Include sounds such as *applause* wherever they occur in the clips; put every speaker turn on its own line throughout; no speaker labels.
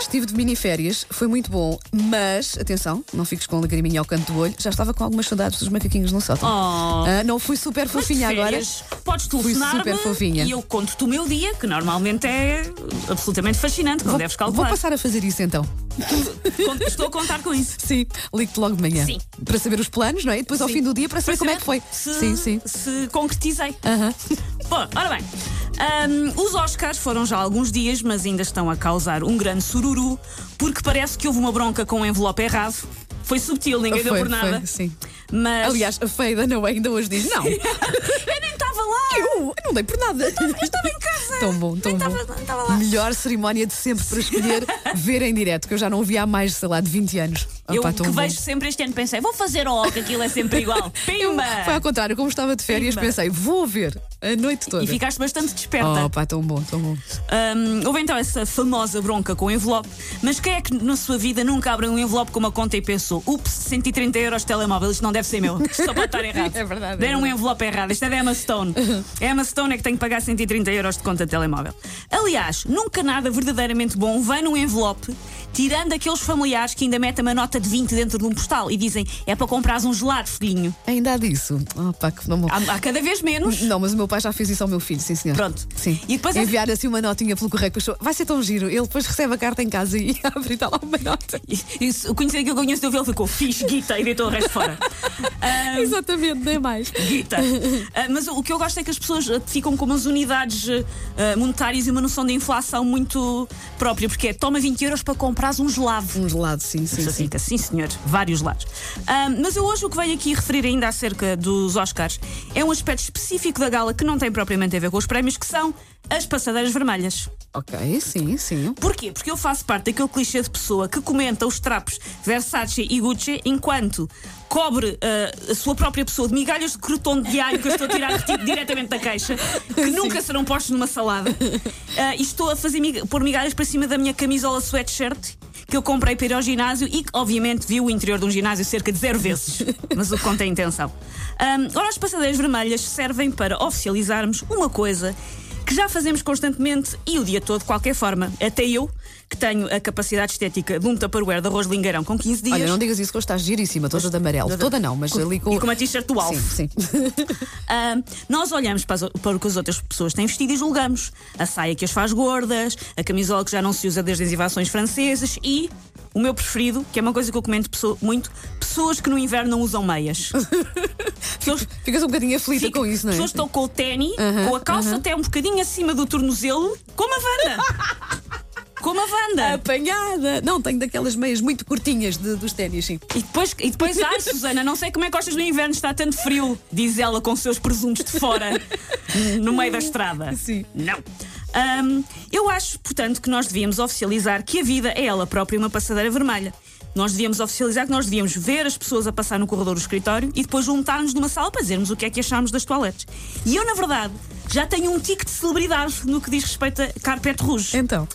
Estive de miniférias, foi muito bom, mas, atenção, não fiques com lagriminha ao canto do olho, já estava com algumas saudades dos macaquinhos no sótão.
Oh.
Ah, não fui super
Mas de
fofinha agora.
férias, Podes telefonar
super fofinha.
e eu conto-te o meu dia, que normalmente é absolutamente fascinante, não
Vou,
deves
vou
calcular.
passar a fazer isso então.
Con- Estou a contar com isso.
Sim, ligo-te logo de manhã.
Sim.
Para saber os planos, não é? E depois ao
Sim.
fim do dia para saber como é que foi.
Se,
Sim, sim.
Se concretizei.
Aham.
*laughs* Bom, ora bem. Ahm, os Oscars foram já há alguns dias, mas ainda estão a causar um grande sururu, porque parece que houve uma bronca com o envelope errado. Foi subtil, ninguém deu
Foi,
por nada.
foi, sim.
Mas
Aliás, a feia da Noé ainda hoje diz: Não,
eu nem estava lá.
eu não dei por nada.
Estava em casa.
Tão bom, tão
nem
bom.
estava- estava lá.
Melhor cerimónia de sempre para escolher ver em direto, que eu já não vi há mais, sei lá, de 20 anos.
eu
Opa,
que
tão bom.
vejo sempre este ano pensei, vou fazer o que aquilo é
*laughs*
sempre igual. Pimba!
Foi ao contrário, como estava de férias,
Pimba.
pensei, vou ver a noite toda.
E ficaste bastante
Oh,
desperta.
pá, tão bom, tão bom.
Hum, houve então essa famosa bronca com o envelope, mas quem é que na sua vida nunca abre um envelope com uma conta e pensou: ups, 130 euros de telemóvel, isto não deve ser meu, *laughs* isto só pode estar errado.
É verdade, é
Deram um
verdade.
envelope errado, isto é da
*laughs*
Emma Stone. A Emma Stone é que tem que pagar 130 euros de conta de telemóvel. Aliás, nunca nada verdadeiramente bom vem num envelope, tirando aqueles familiares que ainda metem uma nota de 20 dentro de um postal e dizem: é para comprares um gelado, filhinho.
Ainda há disso. Oh, pá, que não,
Há, há cada vez
*laughs*
menos.
não, mas o meu pai já fez isso ao meu filho, sim, senhor.
Pronto.
Sim.
E depois é-
Enviar assim uma notinha pelo correio que eu sou- Vai ser tão giro. Ele depois recebe a carta em casa e *laughs* abre e está lá uma nota.
Isso, conhecendo que eu conheço do ele ficou fixe, guita, e deitou o resto
*laughs*
fora. Ah,
Exatamente, nem mais.
guita. Ah, mas o que eu gosto é que as pessoas ah, ficam com umas unidades ah, monetárias e uma noção de inflação muito própria, porque é toma 20 euros para comprares um gelado.
Um gelado, sim, sim,
Só
sim.
fica, sim senhor, vários lados. Ah, mas eu hoje o que venho aqui referir ainda acerca dos Oscars é um aspecto específico da gala que não tem propriamente a ver com os prémios, que são as passadeiras vermelhas.
Ok, sim, sim.
Porquê? Porque eu faço parte daquele clichê de pessoa que comenta os trapos Versace e Gucci enquanto cobre ah, a sua própria pessoa de migalhas de croton de alho que eu estou a tirar retido diretamente da caixa, que nunca serão postos numa salada, Ah, e estou a fazer mig- pôr migalhas para cima da minha camisola sweatshirt. Que eu comprei para ir ao ginásio e que, obviamente, vi o interior de um ginásio cerca de zero vezes. Mas o que conta é a intenção. Ah, ora, as passadeiras vermelhas servem para oficializarmos uma coisa que já fazemos constantemente e o dia todo, de qualquer forma. Até eu, que tenho a capacidade estética de um tupperware de arroz de lingueirão com 15 dias.
Olha, não digas isso que hoje estás giríssima, toda de amarelo. Toda não, mas ali com.
E com uma t-shirt do Alf.
Sim, sim. *laughs*
Ah, nós olhamos para, as o- para o que as outras pessoas têm vestido e julgamos. A saia que as faz gordas, a camisola que já não se usa desde as invasões francesas e o meu preferido, que é uma coisa que eu comento pesso- muito, pessoas que no inverno não
*laughs*
usam meias. pessoas,
Ficas um bocadinho aflita
Fica-
com isso, não é?
Pessoas estão com o ténis,
Aham,
com a calça até um bocadinho acima do tornozelo, com uma vanda.
*laughs*
com uma vanda.
Apanhada! Não, tenho daquelas meias muito curtinhas de- dos ténis, sim.
E depois, e depois, ai, Susana, não sei como é que gostas no inverno, está tanto frio, diz ela com seus presuntos de fora, no meio da estrada.
Sim.
Não. Ahm, eu acho, portanto, que nós devíamos oficializar que a vida é ela própria uma passadeira vermelha. Nós devíamos oficializar que nós devíamos ver as pessoas a passar no corredor do escritório e depois juntar-nos numa sala para dizermos o que é que achámos das toaletes. E eu, na verdade, já tenho um tique de celebridade no que diz respeito a Carpete Rouge.
Então,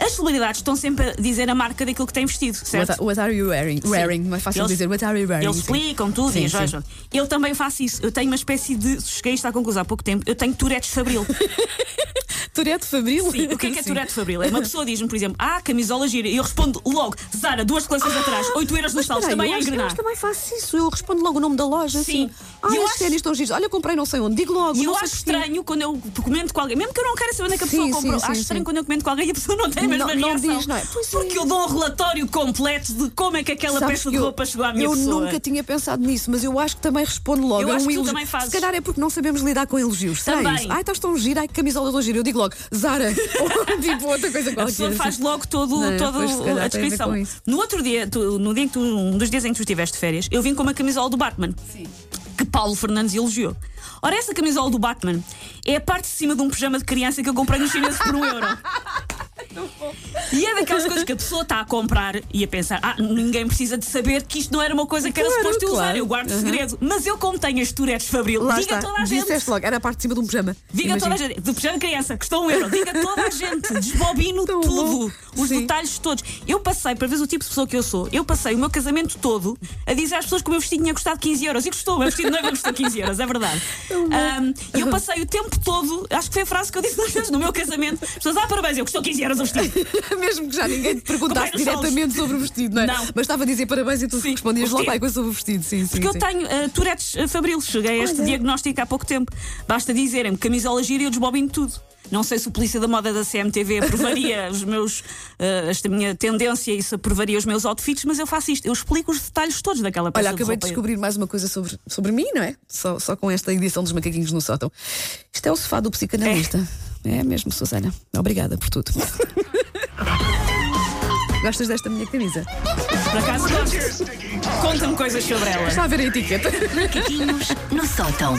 As celebridades estão sempre a dizer a marca daquilo que têm vestido, certo?
what, what are you wearing? Wearing, mais fácil
Eles-
dizer. What are you wearing?
Eles
sim.
explicam tudo
Sim,
e
sim.
jogam. Eu também faço isso. Eu tenho uma espécie de. Cheguei a isto à conclusão há pouco tempo. Eu tenho Tourette
*laughs*
Fabril.
Tourette Fabril?
Sim, o que é que
*laughs*
é
Sim.
Tourette Fabril? É uma pessoa diz-me, por exemplo, ah, camisola gira. E eu respondo logo, Zara, duas classes atrás, 8 euros nos
Ah, Mas
saltos,
espera aí,
também
eu
a
acho- eu
engrenar.
acho que também faço isso. Eu respondo logo o nome da loja, assim.
Sim. E
Ah,
eu
estes
acho-
ténis estão giros. Olha, comprei não sei onde. Digo logo.
E eu
não sei
acho
vestir.
estranho quando eu comento com alguém, mesmo que eu não quero saber onde é que a pessoa
Sim,
comprou,
sim,
acho
sim,
estranho
sim.
quando eu comento com alguém e a pessoa não tem a mesma
Não- não
reação.
diz, não é? Pois é.
Porque eu dou um relatório completo de como é que aquela
Sabes
peça
que
de
eu-
roupa chegou à minha
Eu
pessoa.
nunca tinha pensado nisso, mas eu acho que também respondo logo.
Eu
É
acho
um
que tu
elogio.
também fazes.
Se calhar é porque não sabemos lidar com elogios. Será
Também.
isso? Ai, estás tão gira, ai, que camisola tão gira. Eu digo logo, Zara. *laughs* Ou tipo outra coisa
A
qualquer.
pessoa
assim.
faz logo todo,
Não é?
todo
Pois, se calhar
a
tem a ver
descrição.
com isso.
No outro dia, tu- no dia que tu, um dos dias em que tu estiveste de férias, eu vim com uma camisola do Batman. Que Paulo Fernandes elogiou. Ora, essa camisola do Batman é a parte de cima de um pijama de criança que eu comprei no chinês por um euro. E é daquelas coisas que a pessoa está a comprar e a pensar: ah, ninguém precisa de saber que isto não era uma coisa que era
Claro,
suposto eu usar,
claro.
eu guardo
Uhum.
segredo. Mas eu, como tenho as Tourettes Fabril,
Lá
diga
está.
a toda a gente.
Disseste logo, era a parte de cima de um pijama.
Diga a toda a
Imagina.
gente, do pijama criança, custou um euro, diga a toda a gente,
*laughs*
desbobino
Tão
tudo,
bom.
os
Sim.
detalhes todos. Eu passei, para ver o tipo de pessoa que eu sou, eu passei o meu casamento todo a dizer às pessoas que o meu vestido tinha custado 15 euros. E custou, o meu vestido de noiva custou 15 euros,
*laughs*
é verdade. Ahm, E eu passei o tempo todo, acho que foi a frase que eu disse *laughs* duas vezes no meu casamento: as pessoas, ah, parabéns, eu custou 15 euros o vestido.
*laughs* Mesmo que já ninguém te perguntasse
Como é que sabes?
diretamente sobre o vestido, não é?
Não.
Mas estava a dizer parabéns e tu
Sim,
respondias logo
vestido.
alguma coisa sobre o vestido. Sim, sim.
Porque eu
sim. é.
tenho uh, Tourettes uh, Fabril, cheguei a este diagnóstico há pouco tempo. Basta dizerem-me camisola gira e eu desbobino tudo. Não sei se o polícia da moda
*laughs*
da CMTV aprovaria os meus, uh, esta minha tendência e se aprovaria os meus outfits, mas eu faço isto. Eu explico os detalhes todos daquela peça
Olha, acabei de
roupa.
descobrir mais uma coisa sobre, sobre mim, não é? Só, só com esta edição dos Macaquinhos no Sótão. Isto é o sofá do psicanalista. É, mesmo, Susana. Obrigada por tudo. *laughs* Gostas desta minha camisa?
Por acaso gosto. Conta-me coisas sobre ela.
Está a ver a etiqueta.
Macaquinhos no sótão.